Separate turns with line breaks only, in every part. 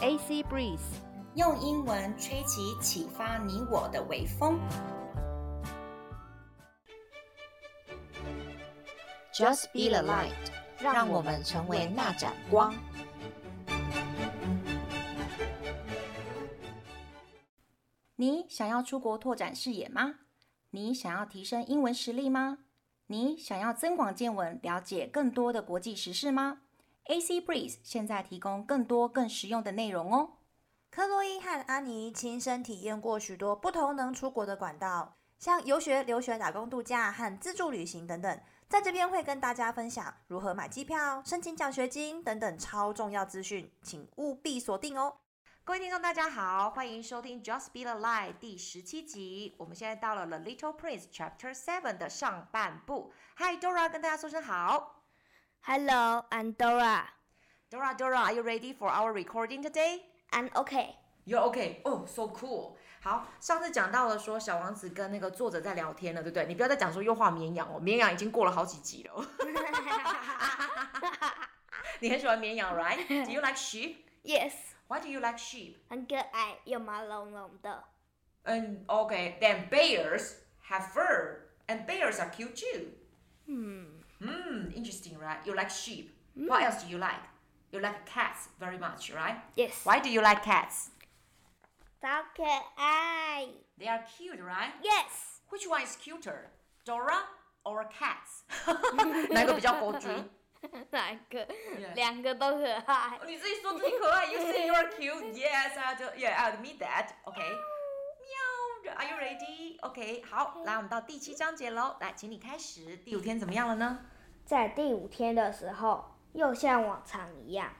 AC Breeze，
用英文吹起启发你我的微风。
Just be the light，让我们成为那盏光。
你想要出国拓展视野吗？你想要提升英文实力吗？你想要增广见闻，了解更多的国际时事吗？AC Breeze 现在提供更多更实用的内容哦。
克洛伊和安妮亲身体验过许多不同能出国的管道，像游学、留学、打工、度假和自助旅行等等。在这边会跟大家分享如何买机票、申请奖学金等等超重要资讯，请务必锁定哦。各位听众，大家好，欢迎收听《Just Be the Light》第十七集。我们现在到了《The Little Prince》Chapter Seven 的上半部。嗨，Dora，跟大家说声好。
Hello, I'm Dora.
Dora，Dora，Are you ready for our recording today?
I'm okay.
You're okay. Oh, so cool. 好，上次讲到了说小王子跟那个作者在聊天了，对不对？你不要再讲说又画绵羊哦，绵羊已经过了好几集 了。你很喜欢绵羊，right? Do you like sheep?
Yes，
Why do you like sheep?
很可爱又毛茸茸的。
And okay, then bears have fur, and bears are cute too.
嗯
Hmm, interesting, right? You like sheep. What else do you like? You like cats very much, right?
，Yes，
Why do you like cats?
好可爱。
They are cute, right?
Yes，
Which one is cuter, Dora or cats? 哪个比较狗俊？
哪个
Yeah.？
两个都可爱。
你自己说自己可爱，You say you are cute. Yes, I do. Yeah, I admit that. OK. 喵，Are you ready? OK，好，来，我们到第七章节喽。来，请你开始。第五天怎么样了呢？
在第五天的时候，又像往常一样，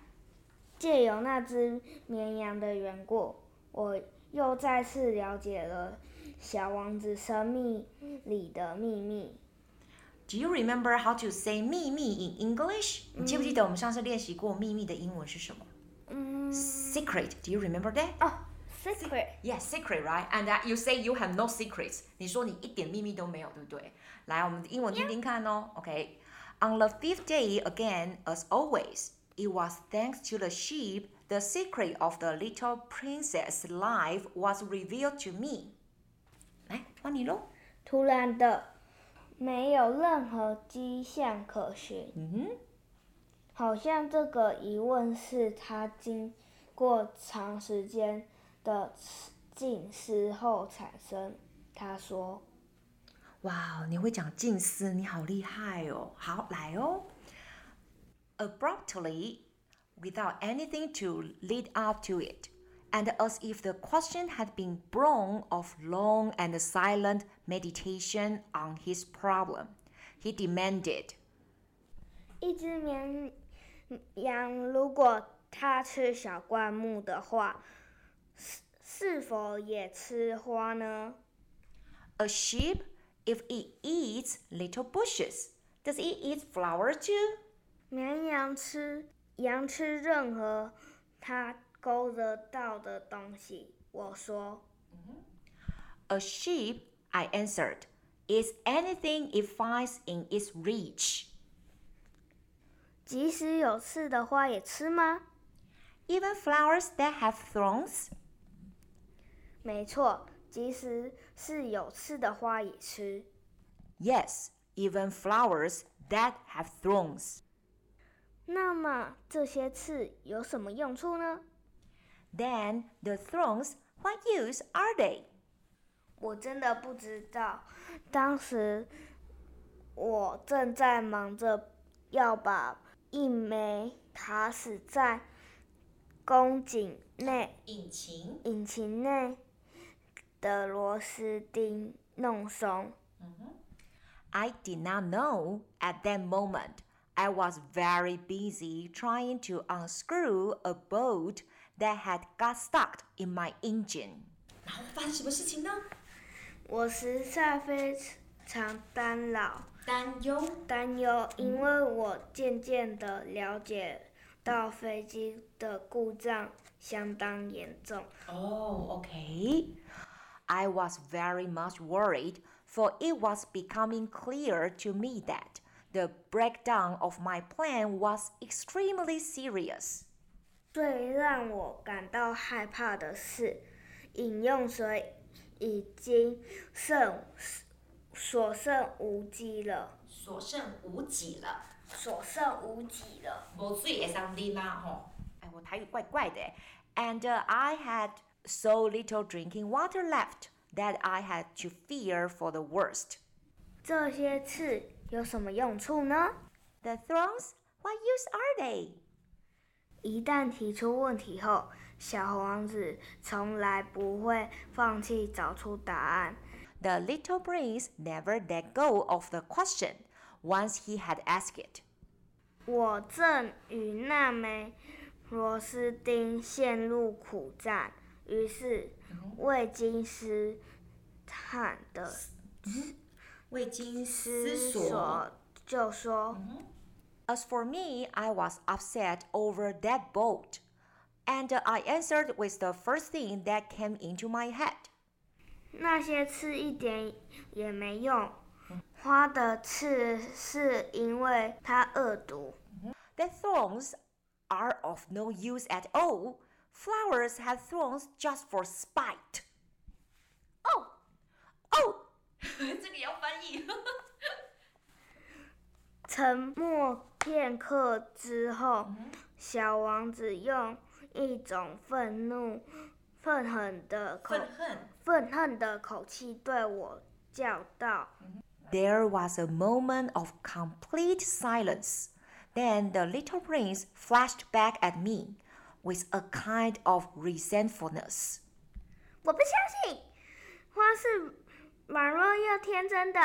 借由那只绵羊的缘故，我又再次了解了小王子生命里的秘密。
Do you remember how to say 秘密 in English？、你记不记得我们上次练习过秘密的英文是什么、
嗯
s e c r e t Do you remember that？
哦，secret。
Yeah, secret, right? And that you say you have no secrets. 你说你一点秘密都没有，对不对？来，我们英文听听看哦。OK. On the fifth day, again, as always, it was thanks to the sheep the secret of the little princess' life was revealed to me. 来，换你喽。
突然的，没有任何迹象可循，
嗯哼，
好像这个疑问是他经过长时间的静思后产生。他说
哇，你会讲近似，你好厉害哦。好，来哦。Abruptly, without anything to lead up to it, and as if the question had been born of long and silent meditation on his problem, he demanded.：“
一只绵羊如果它吃小灌木的话，是是否也吃花呢
A sheep, if it eats little bushes, does it eat flowers too?
绵羊吃羊吃任何它勾得到的东西。”我说。
A sheep, I answered, is anything it finds in its reach.
即使有刺的花也吃吗？
Even flowers that have thorns?
没错，即使是有刺的花也吃。
Yes, even flowers that have thorns.
那么这些刺有什么用处呢？
Then the thorns, what use are they?
我真的不知道。当时我正在忙着要把一枚卡死在宫颈内
引擎。
引擎内的螺丝钉弄松。
I did not know at that moment. I was very busy trying to unscrew a bolt that had got stuck in my engine.
我实在非常担扰。
担忧。
担忧，因为我渐渐的了解到飞机的故障相当严重。
Oh, okay. I was very much worried, for it was becoming clear to me that the breakdown of my plan was extremely serious.
最让我感到害怕的是，饮用水已经剩所剩无几了，
所剩无几了，
所剩无几了。
无水会上啉啊吼！哎，我台语怪怪的欸。And、I uh, had so little drinking water left that I had to fear for the worst.
这些刺有什么用处呢？
The thorns, what use are they?
一旦提出问题后，小王子从来不会放弃找出答案。
The little prince never let go of the question once he had asked it.
我正与那枚螺丝钉陷入苦战，于是未经试探的
未经
思索就说
As for me, I was upset over that boat, and I answered with the first thing that came into my head.
那些刺一点也没用。花的刺是因为它恶毒，
The thorns are of no use at all. Flowers have thorns just for spite. Oh! 哦哦，这个也要翻译。
沉默片刻之后，小王子用一种愤怒、愤恨的口
恨。
愤恨的口气对我叫道
There was a moment of complete silence. Then the little prince flashed back at me with a kind of resentfulness.：“
我不相信，花是软弱又天真的，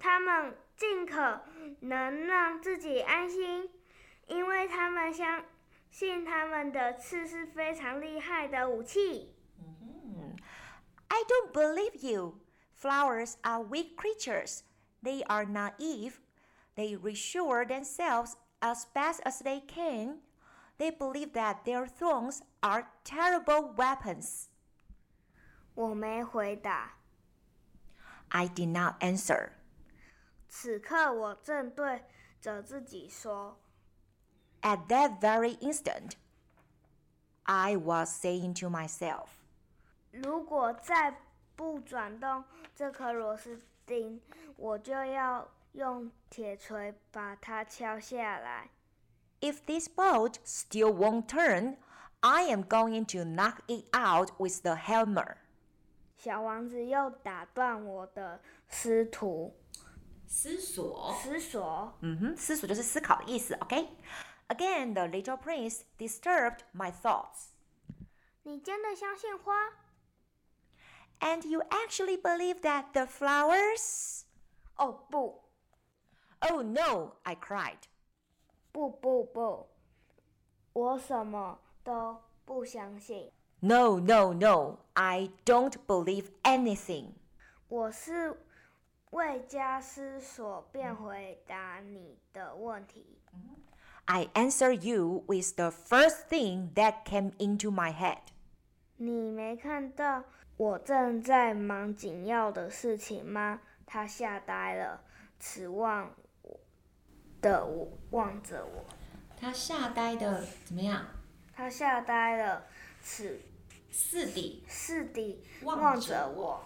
他们尽可能让自己安心，因为他们相信他们的刺是非常厉害的武器。
I don't believe you. Flowers are weak creatures. They are naive. They reassure themselves as best as they can. They believe that their thorns are terrible weapons. ”
我没回答。
I did not answer.
此刻我正对着自己说
At that very instant, I was saying to myself,：“
如果再不转动这颗螺丝钉，我就要用铁锤把它敲下来。”
If this boat still won't turn, I am going to knock it out with the hammer.
小王子又打断我的师徒
思索，
思索。
嗯哼，Mm-hmm. 思索就是思考的意思。OK. Again, the little prince disturbed my thoughts.
你真的相信花？
And you actually believe that the flowers?
哦，不，
Oh no! I cried.
不不不，我什么都不相信。
No, no, no! I don't believe anything.
我是为加思索便回答你的问题。
I answer you with the first thing that came into my head.
你没看到我正在忙紧要的事情吗？他吓呆了，此望我的我望着我。
他吓呆的怎么样？
他吓呆了，此
四底。
是地
望
望
着
着我。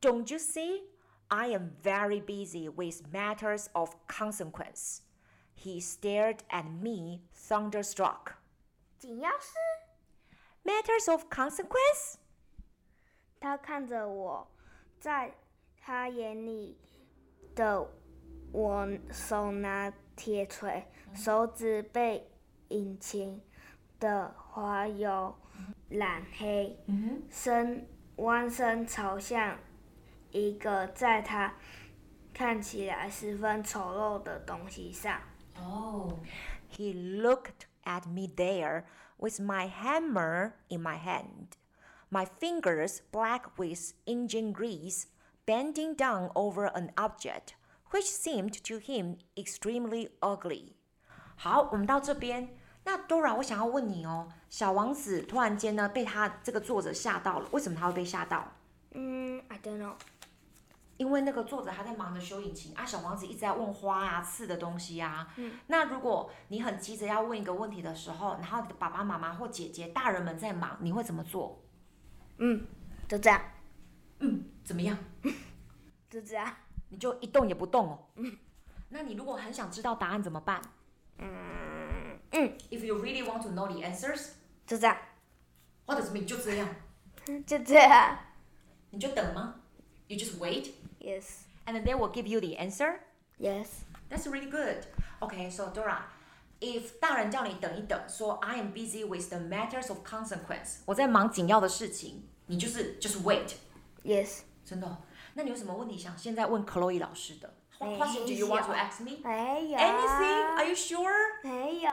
Don't you see? I am very busy with matters of consequence. He stared at me, thunderstruck.
紧要事，
Matters of consequence?
他看着我，在他眼里的我手拿铁锤，手指被引擎的滑油染黑，身弯身朝向一个在他看起来十分丑陋的东西上。
He looked at me there with my hammer in my hand, my fingers black with engine grease, bending down over an object which seemed to him extremely ugly. 好，我们到这边。那 Dora，我想要问你哦，小王子突然间呢被他这个作者吓到了，为什么他会被吓到
嗯，I don't know。
因为那个作者他在忙着修引擎啊，小王子一直在问花啊、刺的东西啊。嗯。那如果你很急着要问一个问题的时候，然后你的爸爸妈妈或姐姐、大人们在忙，你会怎么做？
嗯，就这样，
嗯，怎么样？
就这样，
你就一动也不动哦。嗯。那你如果很想知道答案怎么办
嗯嗯，
？If you really want to know the answers,
就这样，
或者什么你就这样，
就这样。
你就等吗？You just wait,
Yes,
and they will give you the answer.
yes.
That's really good. Okay, so Dora, if 大人叫你等一等，说 I am busy with the matters of consequence，我在忙紧要的事情，你就是就是 wait，
Yes，
真的哦、那你有什么问题想现在问 Chloe 老师的？What
没
question do you want to
有
ask me?
没有
Anything? Are you sure?
没有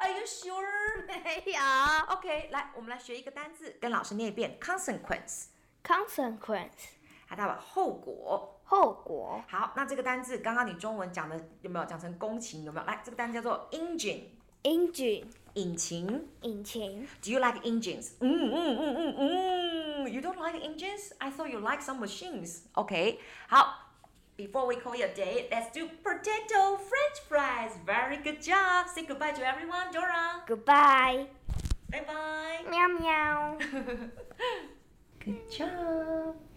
Are you sure?
没有
OK，来，我们来学一个单字，跟老师念一遍 consequence，
consequence
它代表后果。
后果
好，那这个单字刚刚你中文讲的有没有讲成宫廷？有没有？来，这个单字叫做 engine，
engine
引擎。
引擎
Do you like engines? Mm, 嗯嗯嗯嗯嗯。You mm. don't like engines? I thought you like some machines. OK，好。Before we call it a day, let's do potato French fries. Very good job. Say goodbye to everyone, Dora.
goodbye
拜拜。
喵喵。
Good job.